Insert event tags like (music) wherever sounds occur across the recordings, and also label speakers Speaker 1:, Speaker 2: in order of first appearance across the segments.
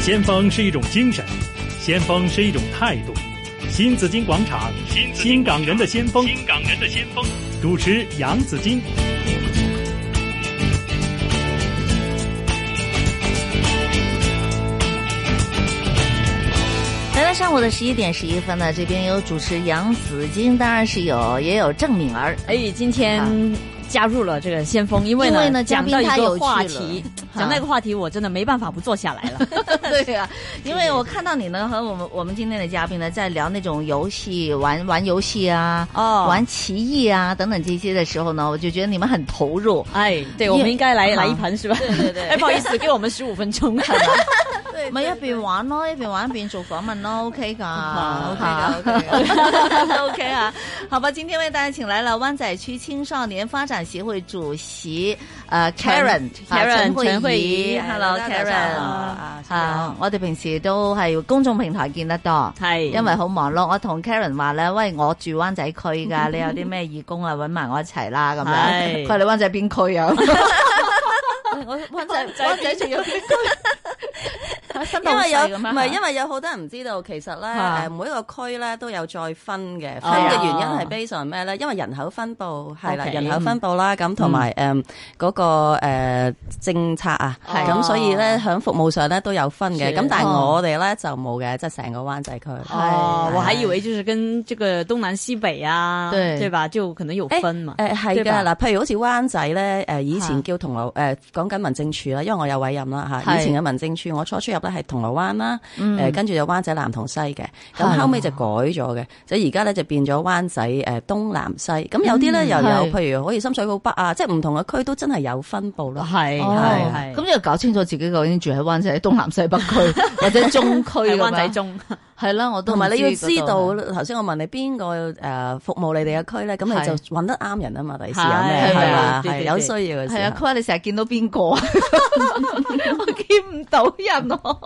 Speaker 1: 先锋是一种精神，先锋是一种态度。新紫金广场，
Speaker 2: 新紫
Speaker 1: 新
Speaker 2: 金广场
Speaker 1: 港人的先锋，
Speaker 2: 新港人的先锋。
Speaker 1: 主持杨紫金。
Speaker 3: 来到上午的十一点十一分呢，这边有主持杨紫金，当然是有，也有郑敏儿。
Speaker 4: 哎，今天加入了这个先锋，因为呢，
Speaker 3: 因为呢嘉
Speaker 4: 讲
Speaker 3: 宾
Speaker 4: 到一
Speaker 3: 他有
Speaker 4: 个
Speaker 3: 趣
Speaker 4: 话
Speaker 3: 了
Speaker 4: 题，
Speaker 3: 哈
Speaker 4: 讲到一个话题，我真的没办法不坐下来 (laughs) 了。
Speaker 3: 对啊，因为我看到你呢和我们我们今天的嘉宾呢在聊那种游戏，玩玩游戏啊，
Speaker 4: 哦
Speaker 3: 玩棋艺啊等等这些的时候呢，我就觉得你们很投入。
Speaker 4: 哎，对，我们应该来
Speaker 3: 好
Speaker 4: 来一盘是吧？对对对。 (laughs) 哎，不好意思，给我们十五分钟。啊 (laughs) 好吧
Speaker 3: 咪一邊玩咯，一邊玩一邊做訪問咯，OK 噶
Speaker 4: 好
Speaker 3: ，OK
Speaker 4: 啊
Speaker 3: 噶 (laughs) ，OK 啊，好吧，今天为大家请来了湾仔区青少年发展协会主席呃 Karen 啊
Speaker 4: Karen，
Speaker 3: 陳
Speaker 4: 陳慧
Speaker 3: 怡
Speaker 4: 怡
Speaker 5: 哎
Speaker 3: ，Hello
Speaker 4: 大家好
Speaker 3: Karen。啊！我哋平時都係公眾平台見得多，
Speaker 4: 係
Speaker 3: 因為好忙碌。我同 Karen 話咧，喂，我住灣仔區
Speaker 4: (laughs)
Speaker 3: 㗎，你有啲咩義工啊，揾埋我一齊啦咁樣。
Speaker 4: 係
Speaker 3: 佢話你灣仔邊區啊？
Speaker 5: 我 (laughs) 灣仔
Speaker 3: 灣仔仲有邊區？新
Speaker 5: 因為有
Speaker 3: 咁
Speaker 5: 唔
Speaker 3: 樣
Speaker 5: 係因為有好多人唔知道，其實咧
Speaker 4: 嚇
Speaker 5: 誒每一個區咧都有再分嘅，分
Speaker 4: 哦
Speaker 5: 嘅原因係 based on 咩咧？因為人口分布係啦，
Speaker 4: OK，
Speaker 5: 人口分布啦，咁同埋誒嗰個誒政策啊，
Speaker 4: 係
Speaker 5: 咁所以咧喺服務上咧都有分嘅。
Speaker 4: 是
Speaker 5: 咁但係
Speaker 3: 哦
Speaker 5: 我哋咧就冇嘅，即係成個灣仔區。
Speaker 4: 哦，我还以
Speaker 5: 為。
Speaker 4: 为就是跟这个东南西北啊，
Speaker 3: 對
Speaker 4: 对哎吧？就可能有分嘛。
Speaker 5: 誒係
Speaker 4: 對吧
Speaker 5: 㗎，嗱，譬如好似灣仔咧，誒以
Speaker 3: 嚇
Speaker 5: 前叫銅鑼誒講緊民政處啦，因為我有委任啦嚇。
Speaker 3: 係
Speaker 5: 以前嘅民政處，我初出入咧係銅鑼灣啦，
Speaker 3: 嗯 (laughs)
Speaker 5: 誒跟住就灣仔南同西嘅，
Speaker 3: 係
Speaker 5: 咁後尾就改咗嘅，即係而家咧就變咗灣仔誒東南西。咁有啲咧又
Speaker 3: 係
Speaker 5: 有，譬如好似深水埗北啊，即係唔同嘅區都真係有分布咯。
Speaker 4: 系
Speaker 3: 哦，
Speaker 4: 系
Speaker 3: 咁就搞清楚自己究竟住喺灣仔東南西北
Speaker 4: (laughs)
Speaker 3: 區或者中區
Speaker 4: 系，
Speaker 3: 咁
Speaker 4: 湾仔
Speaker 3: 樣，
Speaker 4: (laughs) 中
Speaker 3: 係啦，我都
Speaker 5: 同埋你要
Speaker 3: 唔
Speaker 5: 知
Speaker 3: 嗰
Speaker 5: 道
Speaker 3: 度，
Speaker 5: 頭先我問你邊個誒服務你哋嘅區咧，咁
Speaker 3: 係
Speaker 5: 你就揾得啱人啊嘛，第時有
Speaker 4: 係
Speaker 5: 咩係嘛，
Speaker 4: 對
Speaker 5: 係
Speaker 4: 對
Speaker 5: 有
Speaker 4: 對
Speaker 5: 需要嘅時候。
Speaker 3: 係啊，佢話你成日見到 (laughs) 邊個啊？我見唔到人喎，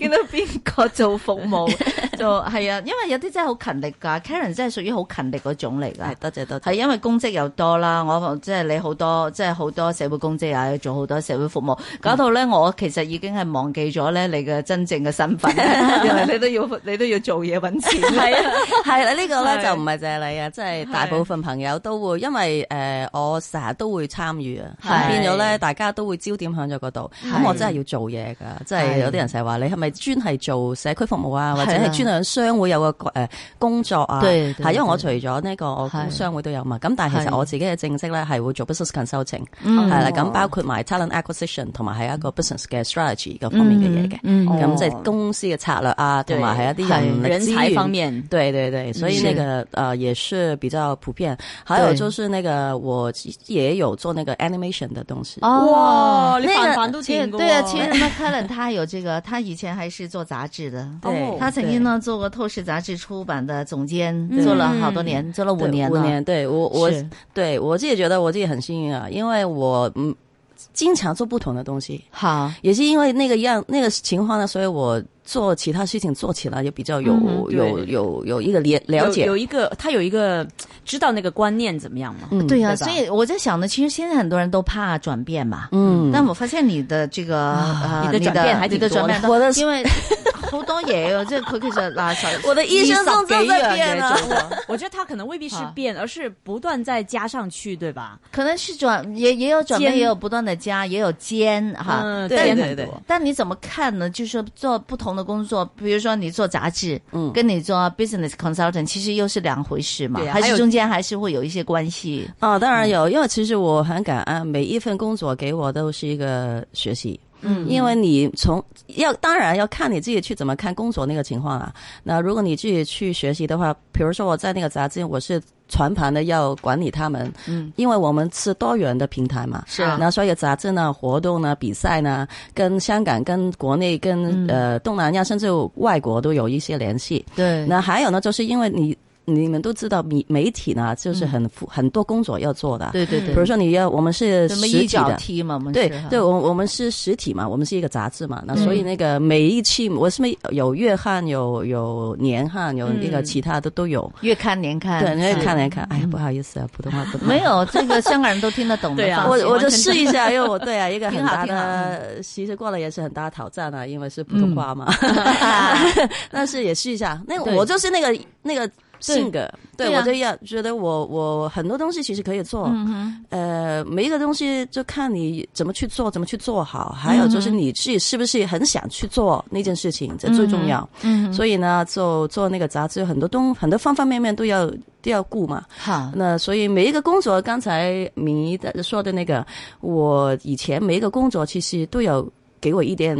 Speaker 3: 見到邊個做服 (laughs) 務做係啊？因為有啲真係好勤力㗎，Karen 真係屬於好勤力嗰種嚟㗎
Speaker 5: 係。多謝多謝。
Speaker 3: 係因為公職又多啦，我即係你好多即係好多社會公職啊，要做好多社會服務，搞到咧我其實已經係忘記咗咧你嘅真正嘅身 (laughs) 份，因為你都要你都要做嘢揾錢。
Speaker 4: 哎
Speaker 5: 係啊，
Speaker 3: (laughs)
Speaker 5: 係啦，呢個
Speaker 4: 係
Speaker 5: 咧就唔係淨係你啊，即係大部分朋友都會，因為誒我成日都會參與啊，
Speaker 3: 係
Speaker 5: 咁變咗咧大家都會焦點響咗嗰度。
Speaker 3: 係
Speaker 5: 咁我真係要做嘢㗎，即
Speaker 3: 係
Speaker 5: 係有啲人成日話你係咪專係做社區服務啊，或者
Speaker 3: 係啊
Speaker 5: 係專係商會有個誒工作啊？
Speaker 3: 對對
Speaker 5: 係因為我除
Speaker 3: 對
Speaker 5: 咗呢個我
Speaker 3: 係
Speaker 5: 工商會都有嘛，咁但係其
Speaker 3: 係
Speaker 5: 實我自己嘅正職咧係會做 business consulting，
Speaker 3: 嗯
Speaker 5: 係啦，咁包括埋 talent acquisition 同埋係一個 business 嘅 strategy 嗰方面嘅嘢嘅。
Speaker 3: 嗯
Speaker 4: 嗯
Speaker 5: 咁即係公司嘅策略啊，同埋係一啲人
Speaker 4: (laughs)
Speaker 5: 力
Speaker 4: 人
Speaker 5: 資
Speaker 4: 才
Speaker 5: 源
Speaker 4: 方面，
Speaker 5: 对对对，所以
Speaker 3: 是
Speaker 5: 那个呃也是比较普遍。还有
Speaker 3: 对
Speaker 5: 就是那个我也有做那个 animation 的东西。
Speaker 3: 哦，
Speaker 4: 哇，你凡凡都
Speaker 3: 其实
Speaker 4: 见过。
Speaker 3: 对啊，其实呢，Karen 他有这个，他以前还是做杂志的。
Speaker 4: 哦
Speaker 5: 对，
Speaker 3: 他曾经呢做过《透视》杂志出版的总监，
Speaker 4: 嗯
Speaker 3: 做了好多年，做了五
Speaker 5: 对
Speaker 3: 年
Speaker 5: 五
Speaker 3: 了。
Speaker 5: 年，对我我
Speaker 3: 是
Speaker 5: 对我自己觉得我自己很幸运啊，因为我嗯经常做不同的东西，
Speaker 3: 好，
Speaker 5: 也是因为那个样那个情况呢，所以我做其他事情做起来就比较有、
Speaker 3: 嗯
Speaker 4: 对
Speaker 5: 有有有一个了了解
Speaker 4: 有有一个他有一个知道那个观念怎么样嘛？
Speaker 5: 嗯
Speaker 3: 对啊，
Speaker 4: 对
Speaker 3: 所
Speaker 4: 吧
Speaker 3: 以我在想呢，其实现在很多人都怕转变嘛。
Speaker 5: 嗯，
Speaker 3: 但我发现你的这个呃
Speaker 4: 啊你的转变还
Speaker 3: 你
Speaker 4: 挺
Speaker 3: 的转
Speaker 4: 多的
Speaker 3: 变
Speaker 4: (laughs)
Speaker 5: 我的
Speaker 3: 因为好多嘢啊，即系佢其实嗱，首
Speaker 5: 我的一生中正在变啊
Speaker 4: 你少给一样的这种 (laughs) 我觉得他可能未必是变，而是不断再加上去，对吧？
Speaker 3: 可能是转也也有转变，
Speaker 4: 兼
Speaker 3: 也有不断的加，也有兼哈。
Speaker 4: 嗯，
Speaker 5: 对
Speaker 4: 变
Speaker 5: 对
Speaker 4: 很
Speaker 5: 对
Speaker 4: 多
Speaker 3: 但你怎么看呢？就是说做不同的工作，比如说你做杂志，
Speaker 5: 嗯
Speaker 3: 跟你做 business consultant，其实又是两回事嘛，
Speaker 4: 对啊
Speaker 3: 还
Speaker 4: 还
Speaker 3: 是
Speaker 4: 有
Speaker 3: 中间还是会有一些关系。
Speaker 5: 哦，当
Speaker 3: 嗯
Speaker 5: 然有，因为其实我很感恩，每一份工作给我都是一个学习。
Speaker 3: 嗯
Speaker 5: 因为你从要当然要看你自己去怎么看工作那个情况啦、那如果你自己去学习的话，比如说我在那个杂志，我是全盘的要管理他们，
Speaker 3: 嗯，
Speaker 5: 因为我们是多元的平台嘛。
Speaker 3: 是啊
Speaker 5: 那所以杂志呢、活动呢、比赛呢，跟香港、跟国内、跟、
Speaker 3: 嗯
Speaker 5: 呃东南亚甚至外国都有一些联系。
Speaker 3: 对，
Speaker 5: 那还有呢，就是因为你。你们都知道媒媒体呢，就是很复、很多工作要做的。
Speaker 3: 嗯对对
Speaker 5: 比
Speaker 3: 对，
Speaker 5: 如说你要我们是
Speaker 3: 什
Speaker 5: 实
Speaker 3: 么一
Speaker 5: 体
Speaker 3: 脚
Speaker 5: 的，
Speaker 3: 踢嘛，我们
Speaker 5: 嗯对
Speaker 3: 是
Speaker 5: 对，我我们是实体嘛，我们是一个杂志嘛，那
Speaker 3: 嗯
Speaker 5: 所以那个每一期我是没有月刊，有有年刊，有那个
Speaker 4: 嗯
Speaker 5: 其他的都有。
Speaker 3: 越看年看，
Speaker 5: 对，你会
Speaker 3: 是
Speaker 5: 看了看，哎呀，不好意思啊，普通话不太好
Speaker 3: 没。有这个香港人都听得懂的，
Speaker 4: 对啊
Speaker 3: 放
Speaker 5: (laughs) 我
Speaker 3: 心
Speaker 5: 我就
Speaker 3: 完全
Speaker 5: 试一
Speaker 3: (laughs)
Speaker 5: 下，因为我对啊，一个
Speaker 3: 挺
Speaker 5: 很
Speaker 3: 好
Speaker 5: 大
Speaker 3: 挺好嗯
Speaker 5: 的，其实过了也是很大的挑战啊，因为是普通话嘛，但是也试一下。那
Speaker 3: 对
Speaker 5: 我就是那个那个性格，对
Speaker 3: 对啊
Speaker 5: 我就要觉得我我很多东西其实可以做，
Speaker 3: 嗯哼，
Speaker 5: 呃，每一个东西就看你怎么去做，怎么去做好，还
Speaker 3: 嗯
Speaker 5: 有就是你自己是不是很想去做那件事情，这最重要。
Speaker 3: 嗯哼，
Speaker 5: 所以呢，就做那个杂志，很多东很多方方面面都要都要顾嘛。
Speaker 3: 好，
Speaker 5: 那所以每一个工作，刚才敏仪的说的那个，我以前每一个工作其实都有给我一点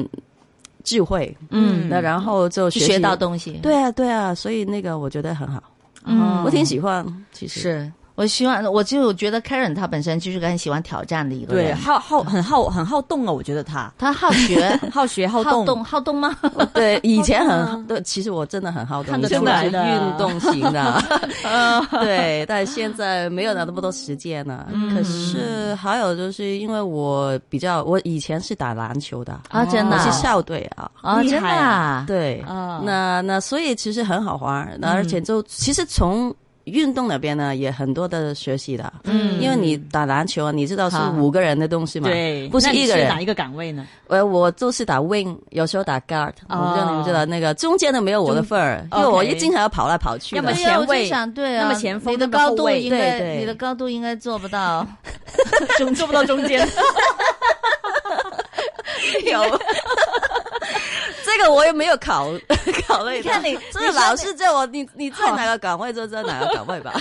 Speaker 5: 智慧，
Speaker 3: 嗯，
Speaker 5: 那然后就学习
Speaker 3: 学到。东西，
Speaker 5: 对啊，对啊，所以那个我觉得很好，
Speaker 3: 嗯
Speaker 5: 我挺喜欢。其实
Speaker 3: 是。我希望，我就觉得 Karen 她本身就是个很喜欢挑战的一个
Speaker 4: 对，
Speaker 3: 人，
Speaker 4: 好好很好很好动啊，我觉得他
Speaker 3: 她好学、
Speaker 4: 好学 (laughs) 好
Speaker 3: 好
Speaker 4: 动，
Speaker 3: 动、好动
Speaker 4: (laughs)
Speaker 3: 吗？
Speaker 5: (laughs) 对，以前
Speaker 4: 好动
Speaker 5: 很
Speaker 4: 啊
Speaker 5: 对，其实我真的嗯很好动，
Speaker 3: 看得
Speaker 5: 以前
Speaker 3: 出来
Speaker 5: 我是
Speaker 4: 的
Speaker 5: 运动型 (laughs) 的， (laughs) 对，但现在没有那么多时间了。嗯可是还有就是因为我比较，我以前是打篮球的，
Speaker 3: 啊，真的
Speaker 5: 我
Speaker 3: 啊，
Speaker 5: 是校队啊，
Speaker 3: 啊，
Speaker 4: 厉
Speaker 3: 真的
Speaker 4: 害
Speaker 3: 啊，
Speaker 5: 对，
Speaker 4: 嗯
Speaker 3: 啊，
Speaker 5: 那那所以其实很好玩儿，那而且就其实从。运动那边呢，也很多的学习的，
Speaker 3: 嗯
Speaker 5: 因为你打篮球啊，你知道是
Speaker 3: 好
Speaker 5: 五个人的东西嘛，
Speaker 4: 对，
Speaker 5: 不
Speaker 4: 那
Speaker 5: 是
Speaker 4: 你
Speaker 5: 一个人，
Speaker 4: 哪一个岗位呢？
Speaker 5: 我呃我就是打 wing，有时候打 guard，、我
Speaker 3: 哦
Speaker 5: 不知道你们知道那个中间的没有我的份儿，因为我
Speaker 4: OK
Speaker 5: 一经常要跑来跑去的。
Speaker 4: 要么
Speaker 3: 对
Speaker 4: 前
Speaker 3: 呀，我就
Speaker 4: 卫
Speaker 3: 想对啊，
Speaker 4: 那么前锋
Speaker 3: 你的
Speaker 4: 那么
Speaker 3: 高
Speaker 4: 后
Speaker 3: 度
Speaker 4: 卫
Speaker 3: 应该，
Speaker 5: 对对
Speaker 3: 你的高度应该做不到，
Speaker 4: 中 (laughs) 做不到中间，
Speaker 5: (laughs) 有这个我也没有考 (laughs) 考
Speaker 3: 你
Speaker 5: 虑到。
Speaker 3: 看你
Speaker 5: 这
Speaker 3: 你说
Speaker 5: 个老师叫我你你在哪个岗位就在哪个岗
Speaker 3: (laughs)
Speaker 5: 位吧。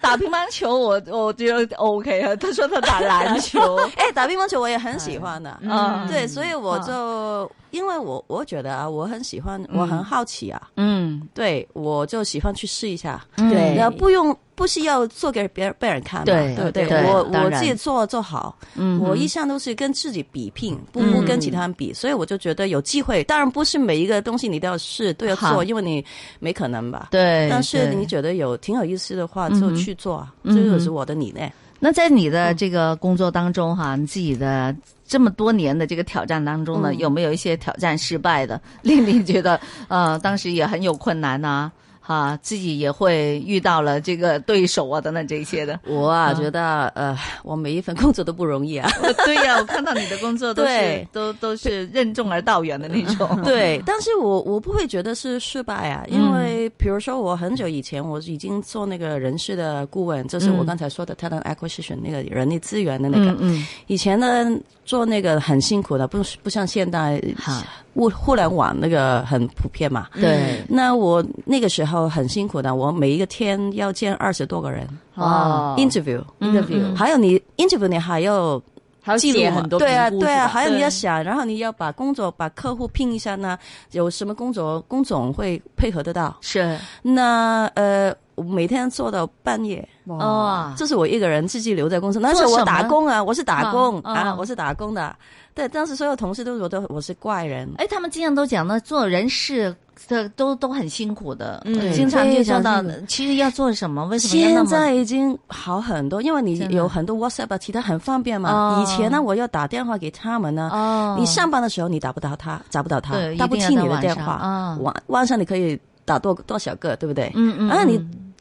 Speaker 3: 打乒乓球我我觉得 OK 啊，他说他打篮球，
Speaker 5: (laughs) 哎，打乒乓球我也很喜欢的，
Speaker 3: 嗯
Speaker 5: 对，所以我就因为我我觉得啊，我很喜欢，我很好奇啊，
Speaker 3: 嗯，
Speaker 5: 对我就喜欢去试一下。
Speaker 4: 对
Speaker 5: 那呃不用不是要做给别人被人看嘛，
Speaker 3: 对
Speaker 5: 不对？
Speaker 3: 对
Speaker 5: 我
Speaker 3: 当
Speaker 5: 我
Speaker 3: 然
Speaker 5: 自己做做好，
Speaker 3: 嗯
Speaker 5: 我一向都是跟自己比拼，不不
Speaker 3: 嗯
Speaker 5: 跟其他人比，所以我就觉得有机会。当然不是每一个东西你都要试都要
Speaker 3: 好
Speaker 5: 做，因为你没可能吧。
Speaker 3: 对，
Speaker 5: 但是
Speaker 3: 对
Speaker 5: 你觉得有挺有意思的话，
Speaker 3: 嗯
Speaker 5: 就
Speaker 3: 哼
Speaker 5: 去做啊，
Speaker 3: 嗯哼
Speaker 5: 这就是我的理念。
Speaker 3: 那在你的这个工作当中哈，你自己的这么多年的这个挑战当中呢，
Speaker 5: 嗯
Speaker 3: 有没有一些挑战失败的， (laughs) 令你觉得呃当时也很有困难呐、哈、自己也会遇到了这个对手啊等等这些的。 (laughs)
Speaker 5: 我啊，觉得呃，我每一份工作都不容易啊。
Speaker 3: 对呀、我看到你的工作
Speaker 5: 都
Speaker 3: 都
Speaker 5: 是
Speaker 3: 是都都是任重而道远的那 (laughs) 种。
Speaker 5: (laughs) 对，但是我我不会觉得是失败啊，因
Speaker 3: 嗯
Speaker 5: 为比如说我很久以前我已经做那个人事的顾问，就是我
Speaker 3: 嗯
Speaker 5: 刚才说的 talent acquisition 那个人力资源的那
Speaker 3: 嗯
Speaker 5: 个。
Speaker 3: 嗯，
Speaker 5: 以前呢做那个很辛苦的，不不像现代
Speaker 3: 好，
Speaker 5: 互互联网那个很普遍嘛。
Speaker 3: 对，
Speaker 5: 那我那个时候很辛苦的，我每一个天要见二十多个人
Speaker 3: 哦
Speaker 5: interview，
Speaker 3: 嗯
Speaker 5: interview，、
Speaker 3: 嗯
Speaker 5: 还有你 interview 你还要
Speaker 4: 还有
Speaker 5: 记录
Speaker 4: 写
Speaker 5: 嘛
Speaker 4: 很多
Speaker 5: 对啊
Speaker 4: 评估
Speaker 5: 对
Speaker 4: 是
Speaker 5: 啊，
Speaker 4: 吧
Speaker 5: 还有你要
Speaker 3: 对
Speaker 5: 想，然后你要把工作把客户拼一下呢，有什么工作工种会配合得到？
Speaker 3: 是
Speaker 5: 那呃，我每天做到半夜，
Speaker 3: 哦，
Speaker 5: 这是我一个人自己留在公司，但是
Speaker 3: 做什
Speaker 5: 我
Speaker 3: 么
Speaker 5: 打工啊，我是打工
Speaker 3: 啊
Speaker 5: 啊
Speaker 3: 啊
Speaker 5: 我是打工的。对，当时所有同事都觉得我是怪人，
Speaker 3: 哎，他们经常都讲呢，做人事的都都很辛苦的，呃
Speaker 4: 嗯
Speaker 3: 经常就
Speaker 5: 非
Speaker 3: 说
Speaker 5: 常
Speaker 3: 到
Speaker 5: 辛，
Speaker 3: 其实要做什么，为什么要那
Speaker 5: 现
Speaker 3: 么
Speaker 5: 在已经好很多，因为你
Speaker 3: 真的
Speaker 5: 有很多 WhatsApp 啊，其他很方便嘛。
Speaker 3: 哦
Speaker 5: 以前呢，我要打电话给他们呢。
Speaker 3: 哦，
Speaker 5: 你上班的时候你打不到他，找不到他
Speaker 3: 对，
Speaker 5: 他不
Speaker 3: 一
Speaker 5: 听
Speaker 3: 定要
Speaker 5: 你
Speaker 3: 到
Speaker 5: 的电
Speaker 3: 晚上
Speaker 5: 话。
Speaker 3: 啊
Speaker 5: 晚晚上你可以打多多少个，对不对？
Speaker 3: 嗯嗯，
Speaker 5: 啊，你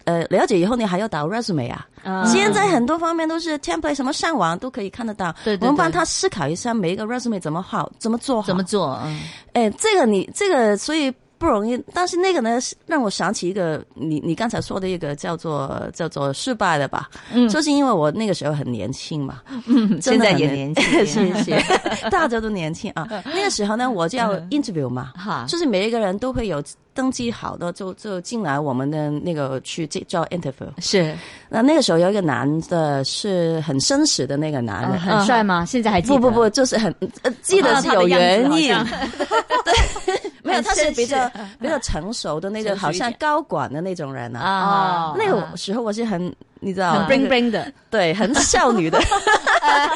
Speaker 3: 嗯
Speaker 5: 呃了解以后，你还要打 resume 啊。
Speaker 4: 啊
Speaker 5: 现在很多方面都是 template，什么上网都可以看得到。
Speaker 3: 对对对
Speaker 5: 我们帮他思考一下每一个 resume 怎么好，怎么做好。
Speaker 3: 怎么做？嗯
Speaker 5: 哎，这个你这个所以不容易，但是那个呢，是让我想起一个你你刚才说的一个叫做叫做失败的吧，
Speaker 3: 嗯
Speaker 5: 就是因为我那个时候很年轻嘛，
Speaker 3: 嗯，现
Speaker 5: 真的
Speaker 3: 在
Speaker 5: 很
Speaker 3: 也年轻，
Speaker 5: 年 (laughs) 谢谢，大家都年轻
Speaker 3: (laughs)
Speaker 5: 啊。那个时候呢，我就
Speaker 3: 嗯
Speaker 5: 要 interview 嘛，
Speaker 4: 嗯
Speaker 3: 哈，
Speaker 5: 就是每一个人都会有登记好的，就就进来我们的那个去接叫 interview。
Speaker 3: 是
Speaker 5: 那那个时候有一个男的是很绅士的那个男人，
Speaker 4: 很帅
Speaker 3: 啊
Speaker 4: 吗？现在还记得哦
Speaker 5: 不不不，就是很、呃、记得是有原因，
Speaker 4: (laughs)
Speaker 5: (laughs) 没有，他是比较比较成熟的那
Speaker 4: 成
Speaker 5: 种，
Speaker 4: 熟
Speaker 5: 好
Speaker 4: 嗯一
Speaker 5: 像
Speaker 4: 点哦
Speaker 5: 高管的那种人啊。
Speaker 3: 啊，
Speaker 5: 那个时候我是很，你知道
Speaker 4: 很
Speaker 5: 吗？
Speaker 4: bling bling 的，
Speaker 5: 对，很少
Speaker 4: (laughs)
Speaker 5: 女的。 (laughs)
Speaker 4: 嗯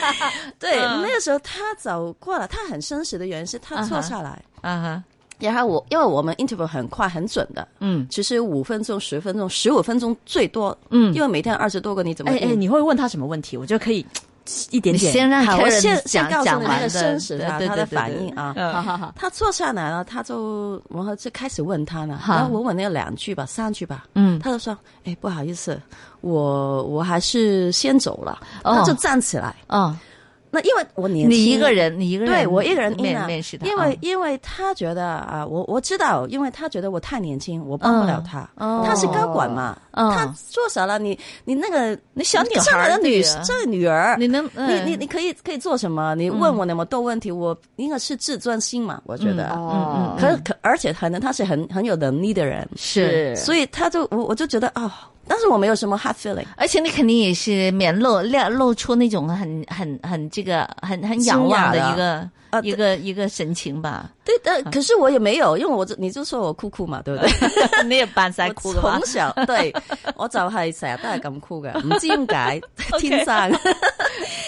Speaker 5: 对，那个时候他走过了，他很绅士的原因是他坐下来，
Speaker 3: 啊哈，
Speaker 5: 然后我因为我们 interview 很快很准的，
Speaker 3: 嗯
Speaker 5: 其实五分钟、十分钟、十五分钟最多，
Speaker 3: 嗯
Speaker 5: 因为每天二十多个，你怎么
Speaker 4: 哎
Speaker 5: 应？
Speaker 4: 哎，你会问他什么问题？我觉得可以一点
Speaker 3: 你
Speaker 4: 点。
Speaker 3: 先让
Speaker 5: 好，
Speaker 3: 客
Speaker 5: 我
Speaker 3: 人
Speaker 5: 嗯先先
Speaker 3: 讲
Speaker 5: 告诉
Speaker 3: 讲
Speaker 5: 你那
Speaker 3: 完
Speaker 5: 个
Speaker 3: 的
Speaker 5: 真实的
Speaker 3: 对对
Speaker 5: 他
Speaker 3: 对
Speaker 5: 的
Speaker 3: 对嗯
Speaker 5: 反
Speaker 3: 对
Speaker 5: 应啊。
Speaker 3: 好好好，
Speaker 5: 他坐下来了，他就然后就开始问他了，
Speaker 3: 哈
Speaker 5: 然后我问了两句吧，三句吧，
Speaker 3: 嗯
Speaker 5: 他就说：“哎，不好意思，我我还是先走了。
Speaker 3: 哦
Speaker 5: 他就站起来，
Speaker 3: 哦，
Speaker 5: 那因为我年轻，
Speaker 3: 你一个人，你一个人，
Speaker 5: 对我一个人
Speaker 3: 面
Speaker 5: in 啊
Speaker 3: 面试嗯他，
Speaker 5: 因为因为他觉得啊，我我知道，因为他觉得我太年轻，我帮不了他。
Speaker 3: 嗯
Speaker 5: 他是高管嘛，
Speaker 3: 嗯
Speaker 5: 他做啥了？你你那个
Speaker 3: 你小女孩
Speaker 5: 这样的
Speaker 3: 对
Speaker 5: 女
Speaker 3: 呀
Speaker 5: 这个女儿，
Speaker 3: 你能，
Speaker 5: 你
Speaker 3: 嗯
Speaker 5: 你你可以可以做什么？你问我那么多问题，我应该是自尊心嘛，我觉得。
Speaker 3: 嗯
Speaker 4: 哦
Speaker 5: 可可，而且可能他是很很有能力的人，
Speaker 3: 是。
Speaker 5: 所以他就我我就觉得啊、但是我没有什么 hard feeling，
Speaker 3: 而且你肯定也是面露亮露出那种很很很这个很很仰望的一个、
Speaker 5: 呃
Speaker 3: 一个一个神情吧，
Speaker 5: 对，但可是我也没有，因为我就你就说我酷酷嘛，对不
Speaker 3: (laughs)
Speaker 5: 对？
Speaker 3: 你也扮晒
Speaker 5: 我
Speaker 3: 酷噶嘛
Speaker 5: 從，
Speaker 3: (laughs)
Speaker 5: 小對，我就係成日都係咁酷嘅，唔知點解天生。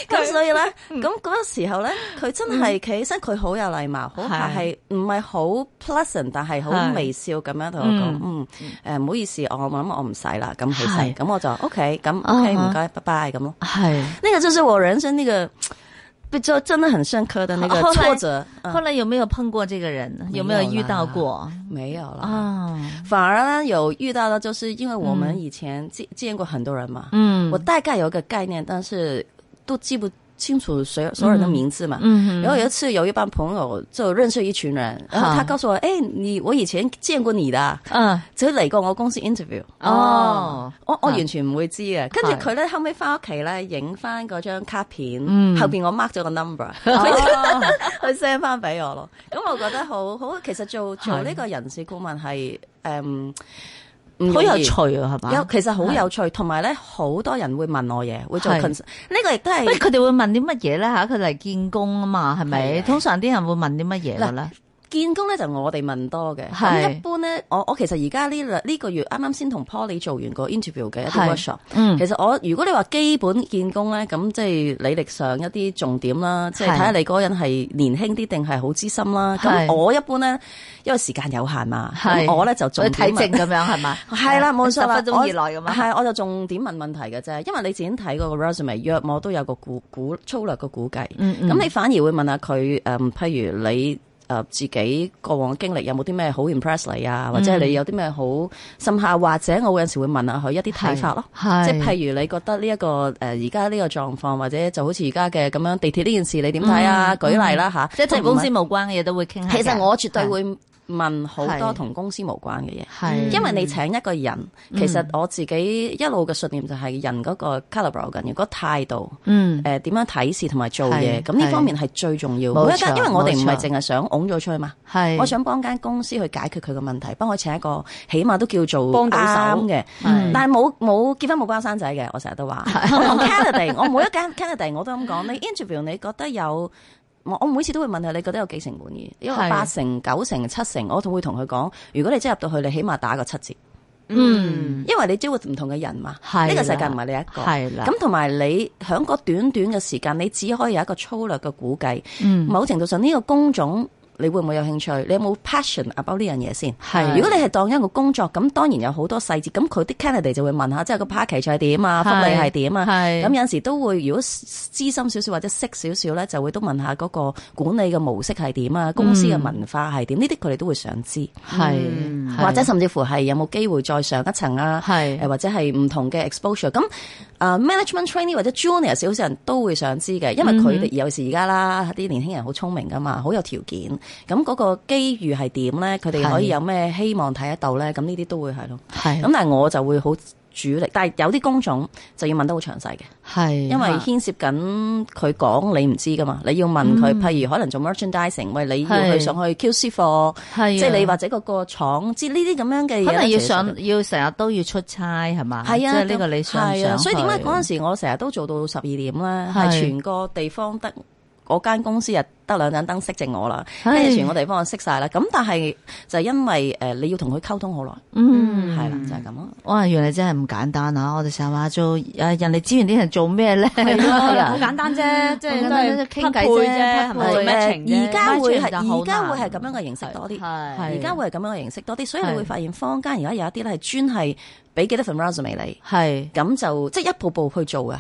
Speaker 5: 咁所以咧，
Speaker 3: 嗯
Speaker 5: 咁嗰個時候咧，佢真係企起身，佢好有禮貌，好但係唔係好 pleasant，但係好
Speaker 3: 係
Speaker 5: 微笑咁樣同我講，嗯誒唔好意思，我我諗我唔使啦，咁佢
Speaker 3: 係
Speaker 5: 使，咁我就 OK，咁
Speaker 3: 啊
Speaker 5: OK
Speaker 3: 哈
Speaker 5: 唔該，拜拜咁咯。
Speaker 3: 系。
Speaker 5: 那個就是我人生那個比較真的很深刻的
Speaker 3: (laughs)
Speaker 5: 那
Speaker 3: 後來
Speaker 5: 個挫折，嗯
Speaker 3: 后来有没有碰过这个人？有没有遇到过
Speaker 5: 沒有啦。
Speaker 3: 啊？
Speaker 5: 反而呢，有遇到的，就是因為我們以前见见过很多人嘛，
Speaker 3: 嗯
Speaker 5: 我大概有个概念，但是都记不清楚谁所有人的名字嘛。
Speaker 3: 嗯啊
Speaker 5: 然后有一次，有一帮朋友就认识一群人，然后
Speaker 3: 好
Speaker 5: 他告诉我：“哎，你我以前见過你的，啊
Speaker 3: 嗯
Speaker 5: 就嚟過我公司 interview。
Speaker 3: 哦
Speaker 5: 我我
Speaker 3: 啊
Speaker 5: 完全唔會知嘅。跟住
Speaker 3: 係
Speaker 5: 佢咧後尾翻屋企咧影翻嗰張卡片，
Speaker 3: 嗯
Speaker 5: 後邊我 mark 咗個 number，
Speaker 3: 哦
Speaker 5: 佢 send 翻俾我咯。咁我覺得好好，其實做做呢個人事顧問係誒唔嗯唔
Speaker 3: 好有
Speaker 5: 容易
Speaker 3: 趣啊，系嘛？
Speaker 5: 有其實好有趣，同埋咧好多人會問我嘢，會做
Speaker 3: 係
Speaker 5: cons 呢個亦都
Speaker 3: (laughs) 喂
Speaker 5: 係
Speaker 3: 佢哋會問啲乜嘢咧吓？佢嚟見工啊嘛，係咪？
Speaker 5: 係
Speaker 3: 通常啲人會問啲乜嘢嘅咧？
Speaker 5: 見工咧就我哋問多嘅。咁
Speaker 3: 係
Speaker 5: 一般咧，我我其實而家呢兩呢個月啱啱先同 Poly 做完個 interview 嘅一啲
Speaker 3: 係
Speaker 5: workshop。
Speaker 3: 嗯
Speaker 5: 其實我如果你話基本見工咧，咁即係履歷上一啲重點啦，即係
Speaker 3: 係
Speaker 5: 睇下你嗰個人係年輕啲定係好資深啦。
Speaker 3: 係
Speaker 5: 咁我一般咧，因為時間有限嘛，
Speaker 3: 係
Speaker 5: 咁我咧就重
Speaker 3: 去
Speaker 5: 點
Speaker 3: 睇
Speaker 5: 問
Speaker 3: 症咁樣 (laughs) 係嘛？
Speaker 5: 係啦，冇錯啦，
Speaker 3: 哦十分鐘以內咁啊嘛。
Speaker 5: 係，我就重點問問題嘅啫，因為你自己睇嗰個 resume，約我都有個估估粗略嘅估計。咁、
Speaker 3: 嗯嗯
Speaker 5: 你反而會問下佢誒、嗯譬如你誒、呃自己過往經歷有冇啲咩好 impress 你
Speaker 3: 嗯
Speaker 5: 啊，或者係你有啲咩好深刻，或者我有陣時會問下佢一啲睇法咯。
Speaker 3: 係
Speaker 5: 即係譬如你覺得呢、一個誒而家呢個狀況，或者就好似而家嘅咁樣地鐵呢件事，你點睇啊？舉例啦吓，
Speaker 3: 嗯即係同
Speaker 5: 唔
Speaker 3: 公司
Speaker 5: 係
Speaker 3: 無關嘅嘢都會傾下嗯嘅。嗯
Speaker 5: 其實我絕對
Speaker 3: 係
Speaker 5: 會問好多
Speaker 3: 係
Speaker 5: 同公司無關嘅嘢。
Speaker 3: 係
Speaker 5: 因為你請一個人，
Speaker 3: 嗯
Speaker 5: 其實我自己一路嘅信念就係人嗰個 calibre 好緊要，嗰個態度，
Speaker 3: 嗯
Speaker 5: 誒點樣睇事同埋做
Speaker 3: 係
Speaker 5: 嘢，咁呢
Speaker 3: 係
Speaker 5: 方面係最重要。
Speaker 3: 冇
Speaker 5: 每一間
Speaker 3: 錯
Speaker 5: 因為我哋唔
Speaker 3: 冇嗯
Speaker 5: 係
Speaker 3: 錯
Speaker 5: 淨係想拱咗出去嘛，
Speaker 3: 係
Speaker 5: 我想幫間公司去解決佢嘅問題，幫佢請一個起碼都叫做
Speaker 4: 幫到手
Speaker 5: 啱嘅，
Speaker 4: 嗯
Speaker 5: 但係冇冇結婚冇包生仔嘅，我成日都話。我同 candidate，我每一間 candidate 我都咁講，你 interview 你覺得有。我我每次都會問佢，你覺得有幾成滿意？因
Speaker 3: 係
Speaker 5: 為八成、九成、七成，我都會同佢講，如果你真係入到去，你起碼打個七折。
Speaker 3: 嗯
Speaker 5: 因為你招會唔同嘅人嘛，
Speaker 3: 係啦
Speaker 5: 呢個世界唔係你一個，
Speaker 3: 係啦
Speaker 5: 咁同埋你喺個短短嘅時間，你只可以有一個粗略嘅估計。
Speaker 3: 嗯
Speaker 5: 某程度上呢個工種，你會唔會有興趣？你有冇 passion about 呢樣嘢先？
Speaker 3: 係
Speaker 5: 如果你係當一個工作，咁當然有好多細節，咁佢啲 candidate 就會問下，即係個 package 係點啊，福利係點啊。
Speaker 3: 係
Speaker 5: 咁有陣時都會，如果資深少少或者識少少咧，就會都問下嗰個管理嘅模式係點
Speaker 3: 嗯
Speaker 5: 啊，公司嘅文化係點，呢啲佢哋都會想知。
Speaker 3: 嗯係
Speaker 5: 嗯或者甚至乎係有冇機會再上一層啊？
Speaker 3: 係
Speaker 5: 誒或者係唔同嘅 exposure。咁啊，management trainee 或者 junior 少少人都會想知嘅，因
Speaker 3: 嗯
Speaker 5: 為佢哋有時而家啦，啲年輕人好聰明噶嘛，好有條件。咁嗰個機遇係點咧？佢哋可以有咩希望睇得到咧？咁呢啲都會係咯。
Speaker 3: 係
Speaker 5: 咁但係我就會好主力，但係有啲工種就要問得好詳細嘅。
Speaker 3: 係啊
Speaker 5: 因為牽涉緊佢講你唔知噶嘛，你要問佢，譬如可能做 merchandising，喂，你要
Speaker 3: 嗯係
Speaker 5: 去上去 QC 課，
Speaker 3: 係啊
Speaker 5: 即係你或者嗰個廠，即係呢啲咁樣嘅嘢咧，
Speaker 3: 可能要
Speaker 5: 其實就
Speaker 3: 上要成日都要出差係嘛？
Speaker 5: 係啊，
Speaker 3: 即係呢個你想唔
Speaker 5: 係啊
Speaker 3: 想？
Speaker 5: 所以點解嗰陣
Speaker 3: 時
Speaker 5: 時我成日都做到十二點咧？
Speaker 3: 係
Speaker 5: 係全個地方得嗰間公司啊得兩盞燈熄剩我啦，跟
Speaker 3: 係
Speaker 5: 住全個地方我熄晒啦。咁但係就係因為誒、呃你要同佢溝通好耐，
Speaker 3: 嗯，
Speaker 5: 係啦，就係咁啊咯。
Speaker 3: 哇，原來真係唔簡單啊！我哋成日話做诶人力資源啲人做咩咧？
Speaker 4: 係咯哎好
Speaker 5: 啊
Speaker 4: 簡單啫，即係都
Speaker 3: 傾偈
Speaker 4: 係
Speaker 3: 啫
Speaker 4: 匹配啫，係咪
Speaker 3: 匹
Speaker 5: 誒
Speaker 3: 配
Speaker 4: matching 啫
Speaker 5: 而家會
Speaker 4: matching 就
Speaker 5: 係
Speaker 4: 好
Speaker 5: 而家會係
Speaker 4: 難
Speaker 5: 咁樣嘅形式多啲。
Speaker 3: 係
Speaker 5: 而家會係咁樣嘅形式多啲，所以
Speaker 3: 係
Speaker 5: 你會發現坊間而家有一啲咧係專係俾幾多份 resume 你，
Speaker 3: (laughs) 係
Speaker 5: 咁就即係一步步去做嘅，咁、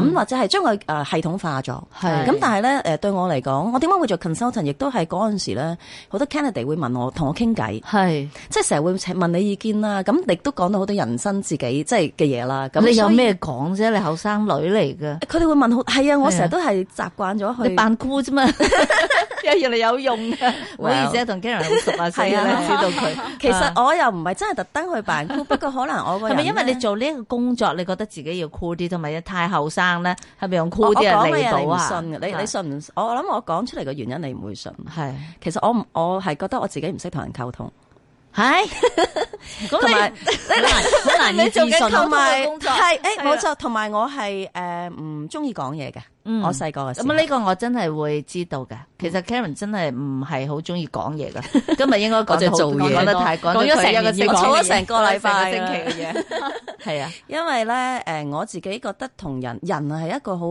Speaker 3: 嗯
Speaker 5: 或者係將佢誒系統化咗。
Speaker 3: 係
Speaker 5: 咁但係咧誒對我嚟講，我點解會做 consultant，亦都係嗰陣時咧，好多 candidate 會問我同我傾偈，
Speaker 3: 係
Speaker 5: 即係成日會問你意見啦。咁亦都講到好多人生自己即係嘅嘢啦。咁
Speaker 3: 咁你有
Speaker 5: 所以
Speaker 3: 咩講啫？你後生女嚟嘅，
Speaker 5: 佢哋會問好係啊，我
Speaker 3: 係啊
Speaker 5: 成日都係習慣咗去
Speaker 3: 你扮酷 (laughs) 啫嘛，一樣你有用嘅。 (laughs) 唔好
Speaker 5: Well
Speaker 3: 意思啊，同 Karen 好熟 (laughs) 啊，所以
Speaker 5: 係
Speaker 3: 咧
Speaker 5: 啊
Speaker 3: 知道佢。 (laughs) 啊
Speaker 5: 其實我又唔係真係特登去扮酷，不過可能我個
Speaker 3: 係
Speaker 5: 人
Speaker 3: 咪因為
Speaker 5: 咧
Speaker 3: 你做呢一個工作，你覺得自己要酷啲，啊同埋太後生咧，係咪用
Speaker 5: 我
Speaker 3: 酷啲人
Speaker 5: 我講
Speaker 3: 嚟
Speaker 5: 嘅嘢你
Speaker 3: 到
Speaker 5: 唔
Speaker 3: 啊？
Speaker 5: 信嘅，你你信唔？我我諗我講出嚟嘅原因你唔會信。
Speaker 3: 係
Speaker 5: 其實我唔我係覺得我自己唔識同人溝通，
Speaker 3: 係 (laughs) 咁你
Speaker 4: 好
Speaker 5: 同埋
Speaker 4: 難好難以置
Speaker 3: 你做緊
Speaker 4: 信
Speaker 3: 溝
Speaker 5: 同
Speaker 3: 通嘅
Speaker 5: 埋
Speaker 3: 工作啊
Speaker 5: 係誒冇錯，同埋我係誒唔中意講嘢嘅。
Speaker 3: 嗯
Speaker 5: 我細個嘅時候
Speaker 3: 咁呢個我真係會知道嘅。其實 Karen 真係唔係好中意講嘢 (laughs) 嘅，今日應該講
Speaker 5: 我就
Speaker 3: 得好
Speaker 5: 做嘢
Speaker 3: 講得太講
Speaker 4: 講咗成
Speaker 3: 一個星
Speaker 4: 年
Speaker 3: 期，
Speaker 4: 要講
Speaker 5: 咗成個禮拜啊
Speaker 3: 講咗成個星期嘅嘢，係啊，
Speaker 5: 因為咧，誒、我自己覺得同人人係一個好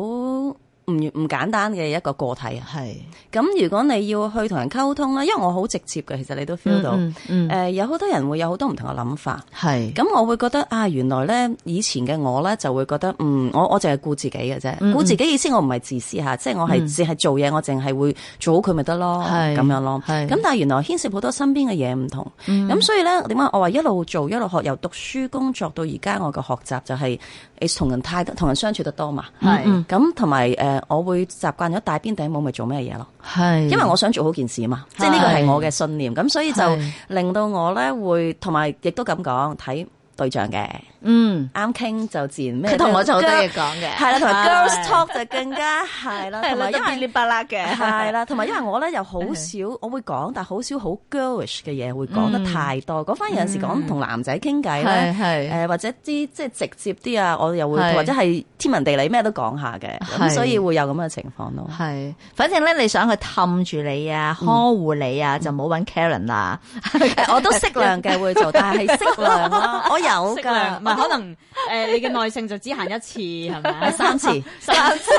Speaker 5: 唔唔簡單嘅一個個體啊。
Speaker 3: 係
Speaker 5: 咁如果你要去同人溝通啦，因為我好直接嘅，其實你都 feel 到，誒、呃
Speaker 3: 嗯嗯嗯
Speaker 5: 有好多人會有好多唔同嘅諗法。
Speaker 3: 係
Speaker 5: 咁我會覺得啊，原來咧以前嘅我咧就會覺得，嗯，我我淨係顧自己嘅啫，顧、
Speaker 3: 嗯嗯
Speaker 5: 自己意思我唔係自私嚇，即係我係
Speaker 3: 嗯
Speaker 5: 淨係做嘢，我淨係會做好佢咪得咯，
Speaker 3: 係
Speaker 5: 咁樣咯。
Speaker 3: 係嗯
Speaker 5: 咁但係原來牽涉好多身邊嘅嘢唔同，咁、所以咧點解我話一路做一路學，由讀書工作到而家我嘅學習就係、你同人太同人相處得多嘛，
Speaker 3: 係
Speaker 4: 嗯
Speaker 5: 咁同埋誒我會習慣咗大邊頂帽咪做咩嘢咯。
Speaker 3: 係，
Speaker 5: 因為我想做好件事嘛，即係呢個係我嘅信念，咁所以就
Speaker 3: 係
Speaker 5: 令到我咧會同埋亦都咁講睇對象嘅，
Speaker 3: 嗯，
Speaker 5: 啱傾就自然咩。
Speaker 3: 佢同我就好多嘢
Speaker 5: 係
Speaker 3: 講嘅，
Speaker 5: 啦，同埋
Speaker 4: 係
Speaker 5: girls talk 就更加係啦，
Speaker 3: 係
Speaker 5: 同
Speaker 3: 啦，
Speaker 5: 埋
Speaker 3: 都
Speaker 5: 因
Speaker 3: 噼
Speaker 5: 為
Speaker 3: 里啪啦嘅，
Speaker 4: (laughs)
Speaker 5: 係啦，同埋因為我咧又好少，我會講，但係好少好 girlish 嘅嘢會講
Speaker 3: 嗯
Speaker 5: 得太多。嗰番有陣時講同男仔傾偈
Speaker 3: 係
Speaker 5: 咧。
Speaker 3: 係
Speaker 5: 誒或者啲即係直接啲啊，我又會
Speaker 3: 係
Speaker 5: 或者係天文地理咩都講下嘅，
Speaker 3: 係
Speaker 5: 咁所以會有咁嘅情況咯。
Speaker 3: 系，反正咧，你想去氹住你啊，
Speaker 4: 嗯
Speaker 3: 呵護你啊，就唔好揾 Karen 啦。
Speaker 5: 誒 (laughs) 我都適量嘅會做，但係適量咯。我有
Speaker 4: 適量
Speaker 5: 㗎，
Speaker 4: 唔係可能誒，你嘅耐性就只行一次係
Speaker 3: (laughs)
Speaker 4: 咪？
Speaker 5: 三次，唔
Speaker 4: (laughs) 三次，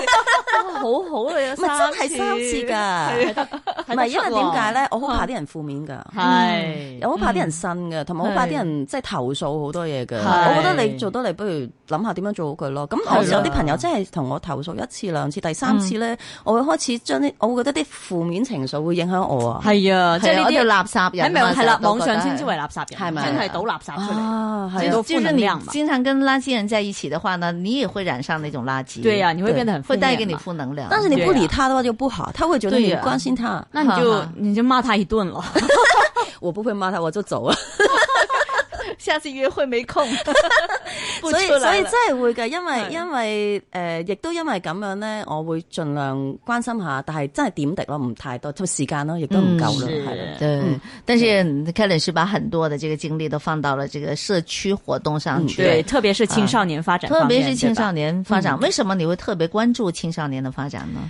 Speaker 4: 哇好好啊！有
Speaker 5: 係真係三次㗎。 (laughs) 唔係因為點解咧？我好怕啲人負面
Speaker 3: 嗯
Speaker 5: 㗎。
Speaker 4: 係
Speaker 5: 我好怕啲人呻㗎，同埋好怕啲人即係投訴好多嘢㗎。
Speaker 3: 係
Speaker 5: 我覺得你做到你，不如諗下點樣做好佢咯。咁我
Speaker 3: 係啦
Speaker 5: 有啲朋友真係同我投訴一次兩次，第三次咧，我會開始將啲，我會覺得啲負面情緒會影響我啊。
Speaker 4: 係啊，即
Speaker 3: 即
Speaker 4: 係
Speaker 3: 係
Speaker 4: 呢
Speaker 3: 呢啲
Speaker 4: 啲
Speaker 3: 垃圾人啊，
Speaker 4: 你咪係啦，
Speaker 3: 成日都
Speaker 4: 網
Speaker 3: 覺得
Speaker 4: 上稱之為垃圾人，
Speaker 5: 係咪
Speaker 4: 真係倒垃圾出嚟。
Speaker 5: 啊，
Speaker 3: 就
Speaker 5: 係啊
Speaker 3: 是
Speaker 4: 都不
Speaker 3: 就是
Speaker 4: 能
Speaker 3: 你
Speaker 4: 量嘛
Speaker 3: 经常跟垃圾人在一起的話呢，你也會染上那種垃圾。
Speaker 4: 對呀，你會變得很負
Speaker 3: 會
Speaker 4: 面嘛
Speaker 3: 帶給你負能量。
Speaker 5: 但是你不理他的話就不好，他會覺得你
Speaker 3: 對啊
Speaker 5: 不關心他。
Speaker 4: 那你就
Speaker 3: 哈哈
Speaker 4: 你就罵他一頓咯。
Speaker 5: 我不會罵他，我就走啊。
Speaker 3: (laughs) 下次約會沒空，不
Speaker 5: 所以
Speaker 3: 出
Speaker 5: 所
Speaker 3: 來
Speaker 5: 以
Speaker 3: 了
Speaker 5: 真係會嘅，因為因為誒、呃亦都因為咁樣咧，我會盡量關心下，但係真係點滴咯，唔太多，同埋時間咯，亦都唔夠咯，
Speaker 4: 嗯
Speaker 5: 係咯、
Speaker 3: 对，但是嗯 Karen 是把很多的這個精力都放到了這個社區活動上去。
Speaker 4: (laughs) 嗯對，特別是青少年發展
Speaker 3: 特
Speaker 4: 方面，
Speaker 3: 別是青少
Speaker 4: 年
Speaker 3: 年發展，為什麼你會特別關注青少年的發展呢？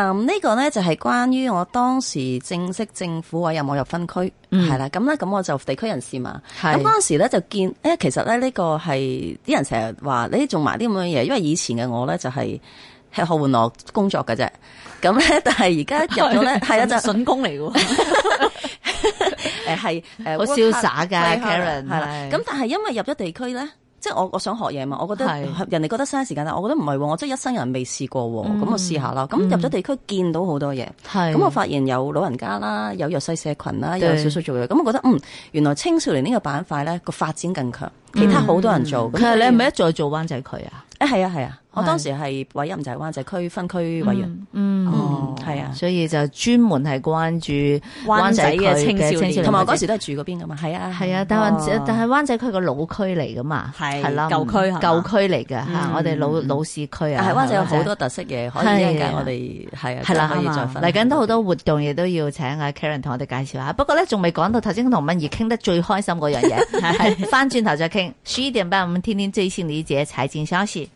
Speaker 5: 嗯，呢、個咧就係關於我當時正式政府委任我入分區，係、
Speaker 3: 嗯
Speaker 5: 啦，咁咧咁我就地區人士嘛。
Speaker 3: 係
Speaker 5: 咁嗰陣時咧就見，誒其實咧呢、個係啲人成日話你做埋啲咁樣嘢，因為以前嘅我咧就係、吃喝玩樂工作嘅啫，咁咧但係而家入咗
Speaker 3: (laughs)
Speaker 5: 咧，係啊就
Speaker 4: 筍工嚟嘅喎，
Speaker 5: 誒係誒
Speaker 3: 好瀟灑㗎 Karen，
Speaker 5: 係啦。
Speaker 3: 係
Speaker 5: 咁但係因為入咗地區咧，即係我我想學嘢嘛，我覺得
Speaker 3: 係
Speaker 5: 人哋覺得嘥時間，但我覺得唔係喎，我真係一生人未試過喎，咁我試下啦。咁
Speaker 3: 嗯
Speaker 5: 入咗地區見到好多嘢，
Speaker 3: 係
Speaker 5: 咁我發現有老人家啦，有弱勢社群啦，
Speaker 3: 對
Speaker 5: 有少數做嘢，咁我覺得嗯，原來青少年呢個板塊咧個發展更強，其他好多人做。咁
Speaker 3: 嗯佢係啊
Speaker 5: 所以
Speaker 3: 你係咪一再做灣仔區啊？
Speaker 5: 誒係啊係啊，我當時係委任就係灣仔區分區委員，
Speaker 3: 嗯
Speaker 5: 嗯，係啊。
Speaker 3: 所以就專門係關注
Speaker 4: 灣仔
Speaker 3: 區
Speaker 4: 嘅青少年
Speaker 5: 同埋我
Speaker 3: 或者
Speaker 5: 嗰時都係住嗰邊噶嘛，係啊，
Speaker 3: 嗯係啊，但係
Speaker 4: 哦
Speaker 3: 但係灣仔區個老區嚟噶嘛，
Speaker 4: 係
Speaker 3: 係啦，
Speaker 4: 舊區係嘛
Speaker 3: 舊區嚟嘅嚇，我哋老老市區啊，
Speaker 5: 但係灣仔有
Speaker 3: 係咪
Speaker 5: 好多特色嘢，可
Speaker 3: 係
Speaker 5: 以一陣間我哋係啊，
Speaker 3: 係啦
Speaker 5: 可以
Speaker 4: 啱
Speaker 5: 再
Speaker 4: 啊
Speaker 5: 分享
Speaker 3: 嚟緊都好多活動，亦都要請阿 Karen 同我哋介紹下。不過咧，仲未講到頭先同敏儀傾得最 (laughs) 開心嗰樣嘢，係翻轉頭再傾。十一點半，我們聽聽最新的一節財經消息。